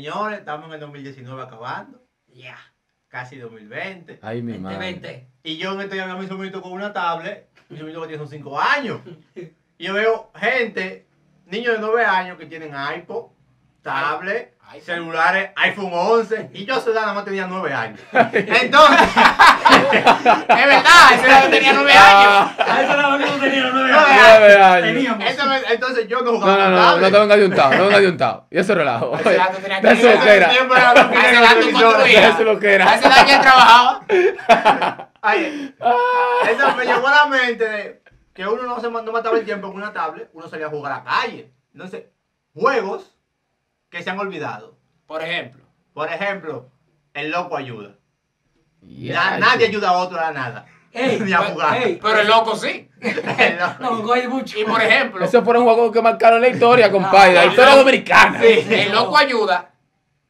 señores, estamos en el 2019 acabando. Ya. Casi 2020. Ay, mi madre. 2020. Y yo este me estoy hablando a mi sobrinito con una tablet. Mi sobrinito que tiene son 5 años. Y yo veo gente, niños de 9 años que tienen iPod, tablet, iPhone. celulares, iPhone 11. Y yo a su edad nada más tenía 9 años. Entonces, es verdad, a esa edad yo tenía 9 Ah. años. A Ah, eso era lo que no tenía los nueve No, años. Nueve años. Teníamos. Eso me- entonces yo no No, jugaba no, con no, no tablet. te vengas de un tao, no te vengas de un tao. Y eso relajo. Ese Oye, dato tenía De que- eso es que era. Siempre era lo que A esa era edad el tú televisor. construías. Eso es lo que A era. esa edad ya trabajaba. Ay, Ah. eso me llegó a la mente de que uno no se ma- no mataba el tiempo con una tablet, uno salía a jugar a la calle. Entonces, juegos que se han olvidado. Por ejemplo. Por ejemplo, el loco ayuda. Na- Ya, nadie chico. ayuda a otro a nada. Ey, Ni a jugar. ey, Pero el loco sí. El loco- No, coge mucho. Y por ejemplo, Eso fueron juegos que marcaron la historia, compadre. La Ah, historia no. dominicana. Sí. el loco ayuda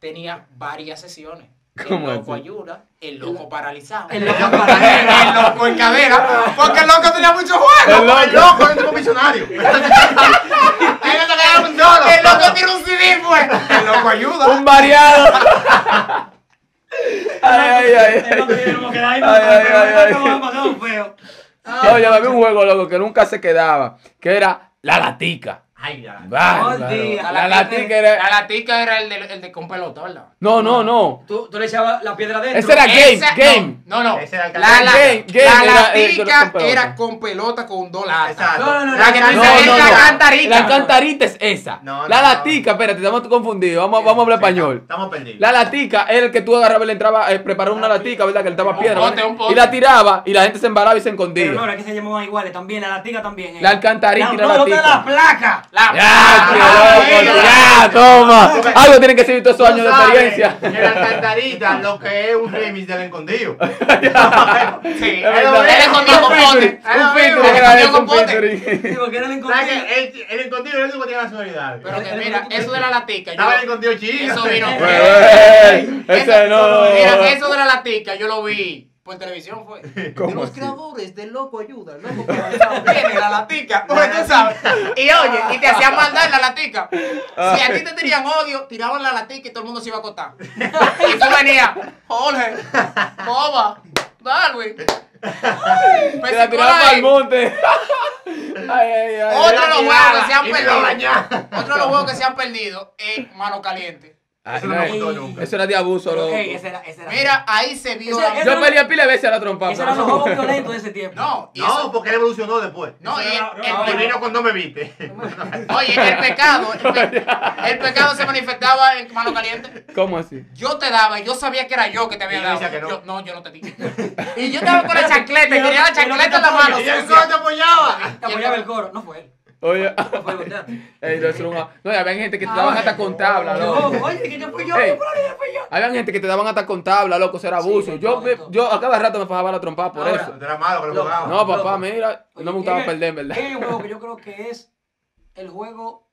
tenía varias sesiones. El ¿Cómo loco así? ayuda, el loco paralizado. El El loco El para loco en cadera. Porque el loco tenía muchos juegos. El loco, el loco no tengo visionario. Él no se quedaba un solo. El loco tiene un CD, pues. El loco ayuda. Un variado. Ay, ay, Es lo que tenemos que dar. Ay, ay, ay, ay. Estamos pasando feo. ay. Oye, había un juego, loco, que nunca se quedaba, que era la latica. Ay, ya. Bárbaro. Oh, sí, La, la latica latica La era... latica era el de, el de con pelota, ¿verdad? No, no, no. Tú, tú le echabas la piedra adentro. Ese era- Game, Esa- game. No, no. no. Ese era el la, la- Game, game la era- eh, latica con pelota. era con pelota con dos latas. Exacto. No, no, no, La que no, tú No, dices, no, es la no. cantarita. La cantarita es esa. No, no, la no. latica, espérate, estamos confundidos. Vamos, vamos a hablar español. Estamos perdidos. La latica era el que tú agarrabas y le entraba, eh, preparaba una latica, ¿verdad? Que le daba Un piedra. pote, ¿verdad? un pote. Y la tiraba y la gente se embaraba y se escondía. Pero no, era que se llamaban iguales también. La latiga también. eh. La alcantarita y la no, no, latica. la placa. La- Ya, tío, Ah, loco, mira. ya, toma. Algo tienen que servir todos esos años de Tú sabes experiencia. que la alcantarita lo que es un remix del escondido. Sí, Es él verdad. es con dos compotes. Un Ahora mismo, featuring, que era yo eso, un compote. featuring. Sí, porque era el ¿Sabes encontrado. que el, el escondido es el único que tiene nacionalidad? Pero que mira, eso de la latica. yo- Estaba el escondido chino. Eso vino. Bueno, eh, Ese Mira, que no. eso de la latica yo lo vi por televisión, fue. ¿Cómo Los así? creadores del loco ayuda, el loco paralizado, viene la latica, porque tú sabes. Y oye, y te hacían maldad en la latica. Si a ti te tenían odio, tiraban la latica y todo el mundo se iba a acostar. Y tú venías, Jorge, Boba, Darwin. Ay, Se la Pesicola tiraba para ahí. el monte. Ay, ay, Oh. ay. Otro de los juegos que se han Y me lo perdido. bañaba. Otro de los juegos que se han perdido es mano caliente. Ay, Eso no me Ah, no, gustó nunca. Eso era de abuso, loco. Ey, ese era, ese era. Mira, ahí se vio. Ese- la- ese- Yo peleé pila de veces a la trompa. Ese era los pero- juegos violentos de ese tiempo. No, y eso- No, porque él evolucionó después. no, y el- no, el- no, Y el- vino cuando me viste. Oye, el pecado, el, pe- el pecado se manifestaba en mano caliente. ¿Cómo así? Yo te daba, y yo sabía que era yo que te Y había yo dado. decía que no. Yo, no, yo no te di. Y yo estaba con la chancleta, y tenía la chancleta en la mano. Y sucia. el cómo te apoyaba. Te apoyaba el coro. No fue él. Oye. No fue él. Ey, no, eso era un- no, y había gente Ah, que te daban hasta con tabla, No, loco. Oh, oye, que yo fui yo. Ey. yo fui yo, yo fui yo. Habían gente que te daban hasta con tabla, loco, eso era abuso. de yo, todo, de me- todo. yo a cada rato me fajaba la trompa por Ahora, eso. Era malo que lo jugaba. No, papá, loco. mira, no me gustaba Oye, perder, en ¿verdad? Hay un juego que yo creo que es el juego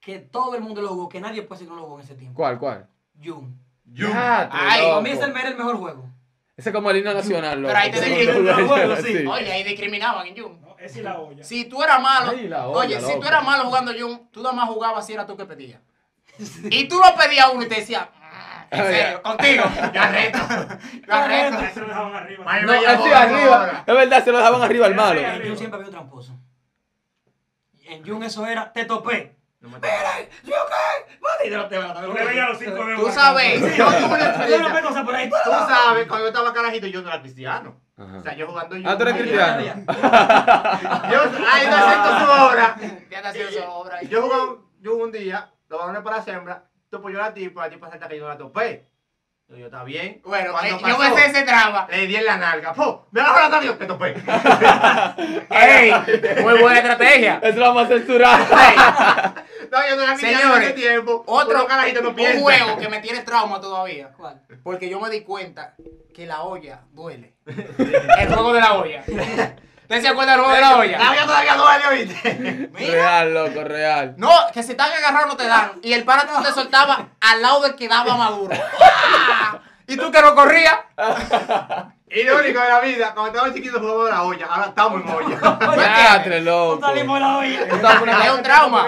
que todo el mundo lo jugó, que nadie puede decir que no lo jugó en ese tiemempo. ¿Cuál, cuál? Jun. Yo- Ya, Ay, loco. Para mí ese era el mejor juego. Ese es como el himno nacional, loco. Pero ahí te Ese dije, es como el himno bueno, nacional, sí. sí. Oye, ahí discriminaban en Jun. Esa es la olla. Si tú eras malo, Ay, la olla, oye, si loco. tú eras malo jugando Jun, tú nada más jugabas si era tú que pedías. Y tú lo pedías a uno y te decía, "Ah, en Ay, serio, contigo, yo arresto, yo arresto. Ay, No, me llamó así la arriba. hora. Es verdad, se lo dejaban arriba al malo. En Jun siempre había un tramposo. En Jun eso era, te topé. No me- ¿Yo qué? Mati, te lo te lo- te lo- Tú sabes, yo tuve Yo una no experiencia. me cosa por ahí. Tú sabes, cuando yo estaba carajito, yo no era cristiano. Ajá. O sea, yo jugando yo. Ah, tú eres Ay, cristiano. Yo, ay, no acepto su obra. Ya te hacía esa obra ahí. Yo jugué, yo jugué un día, los balones para sembra, topo yo la tipa, la tipa salta que yo la topé. Yo, yo, está bien. Bueno, eh, Cuando yo pasó, me sé ese traba. Le di en la nalga, ¡po! ¡Me agarró la nalga! ¡Te topé! ¡Ey! Muy buena estrategia. Eso lo vamos a censurar. No, yo no era cristiano en Señores, ese tiempo. Otro Uno carajito no piensa. un juego que me tiene trauma todavía. ¿Cuál? Porque yo me di cuenta que la olla duele. El juego de la olla. ¿Usted se acuerda del juego de la La olla? vida todavía duele, ¿viste? Mira. Real, loco, real. No, que si están agarrados no te dan. Y el pana te soltaba al lado del que daba maduro. Y tú que no corrías. Irónico de la vida, cuando estaba chiquito jugábamos a la olla, ahora estamos en olla. Teatre, loco. No salimos de la olla. Es un trauma.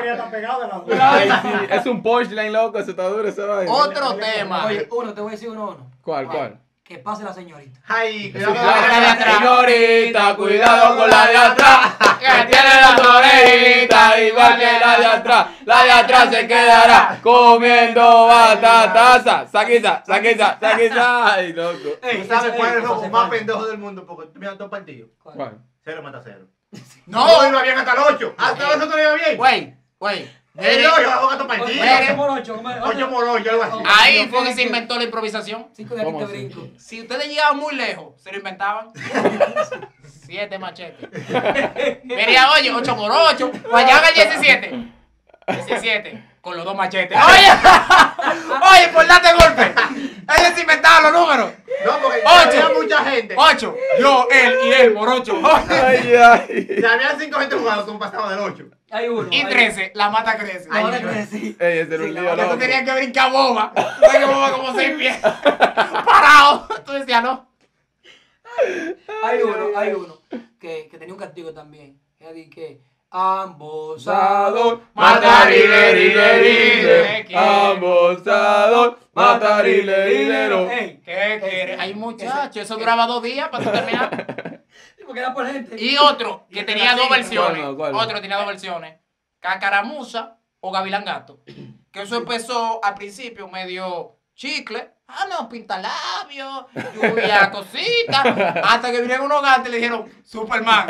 Ay, sí, Es un punchline, loco. Eso está duro, esa vaina. Otro tema. Oye, uno, te voy a decir uno, uno. ¿Cuál, cuál? Que pase la señorita. Ay, Sí, cuidado con claro. la de atrás. Señorita, cuidado con la de atrás. Ah, Que tiene las orejitas igual que la de atrás. La de atrás se quedará comiendo batataza. Saquiza, saquiza, saquiza. Ay, loco. ¿Tú sabes cuál es el Eso robo se más falta. pendejo del mundo? Porque tú miras dos partidos. ¿Cuál? Cero mata cero. No, iba bien hasta el 8. Hasta el 8 no iba bien. güey, güey. El 8 va a jugar dos Mire. partidos. 8 por 8. 8 por 8, algo así. Ahí fue que se inventó la improvisación. 5 de aquí ¿Cómo te así? brinco. Si ustedes llegaban muy lejos, se lo inventaban. Siete machetes. Mira, oye, ocho por ocho. Pues Fallaban el 17. 17. Con los dos machetes. Oye, oye, por darte golpe. Ellos se inventaban los números. No, porque Ocho. había mucha gente. Ocho. Yo, él y él por ocho. Ay, ay. Si había 5 gente jugando, tú pasabas del 8. Hay uno. Y hay- 13. La mata crece. Ay, Ahora yo- que sí. Ey, ese era Sí, un la lío, otra Tú loco. tenías que brincar boba. Sabes que boba como seis pies. Parado. Tú decías, no. Hay uno, hay uno. Que, que tenía un castigo también. Que di que. Ambosado. Matar y Ambosador, matar y lerilero. Ey, ¿Qué quieres? Ay, muchacho, eso duraba dos días para tú terminar. porque era por gente. Y otro este que tenía dos versiones. ¿Cuál no? ¿Cuál no? Otro tenía dos versiones. Cacaramusa o Gavilán Gato. Que eso empezó al principio medio chicle. Ah, no, pintalabios, lluvia, cositas. Hasta que vinieron unos gantes y le dijeron, Superman.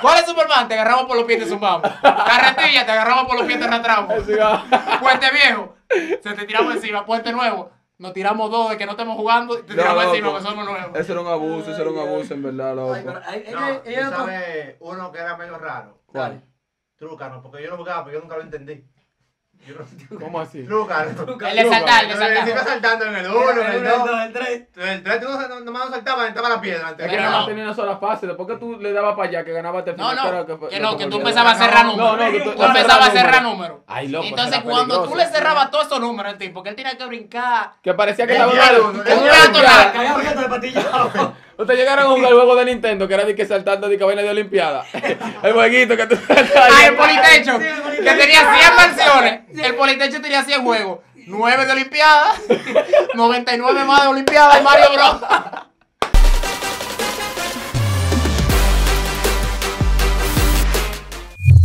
¿Cuál es Superman? Te agarramos por los pies y te zumbamos. Carretilla, te agarramos por los pies y te arrastramos. Así va. Puente viejo, se te tiramos encima. Puente nuevo, nos tiramos dos de que no estamos jugando y te No, tiramos loco. encima porque somos nuevos. Eso era un abuso, eso era un abuso, en verdad, Ay, loco. pero hay- hay- No, hay- hay tú otro- sabes uno que era medio raro. ¿Cuál? Trucano, porque yo lo jugaba, pero yo nunca lo entendí. Yo no- ¿Cómo así? Trucano. El de saltar, el de Pero Yo iba saltar. saltando en el 1, en el 2. El 3 no nomás no saltaba, estaba la piedra. Es antes. que Pero nada más no. tenía una sola fase. Después que tú le dabas para allá, que ganabas este No, final, claro no, fue- que no, fue que tú olvidado. empezabas a cerrar números. No, no, que tú, Tú empezabas a cerrar números. números. Ay, loco, Entonces, era cuando tú le peligroso. cerrabas todos esos números al tipo, que él tenía que brincar. Que parecía que El estaba diablo, un el diablo. gato ya. Callado, objeto de patilla. Ustedes llegaron a jugar el juego de Nintendo, que era de que saltando de que vaina de Olimpiada. el jueguito que tú Ah, el Politecho, Sí, el Politecho. que tenía 100 versiones. El Politecho tenía 100 juegos. 9 de Olimpiadas, 99 más de Olimpiadas y Mario Bros.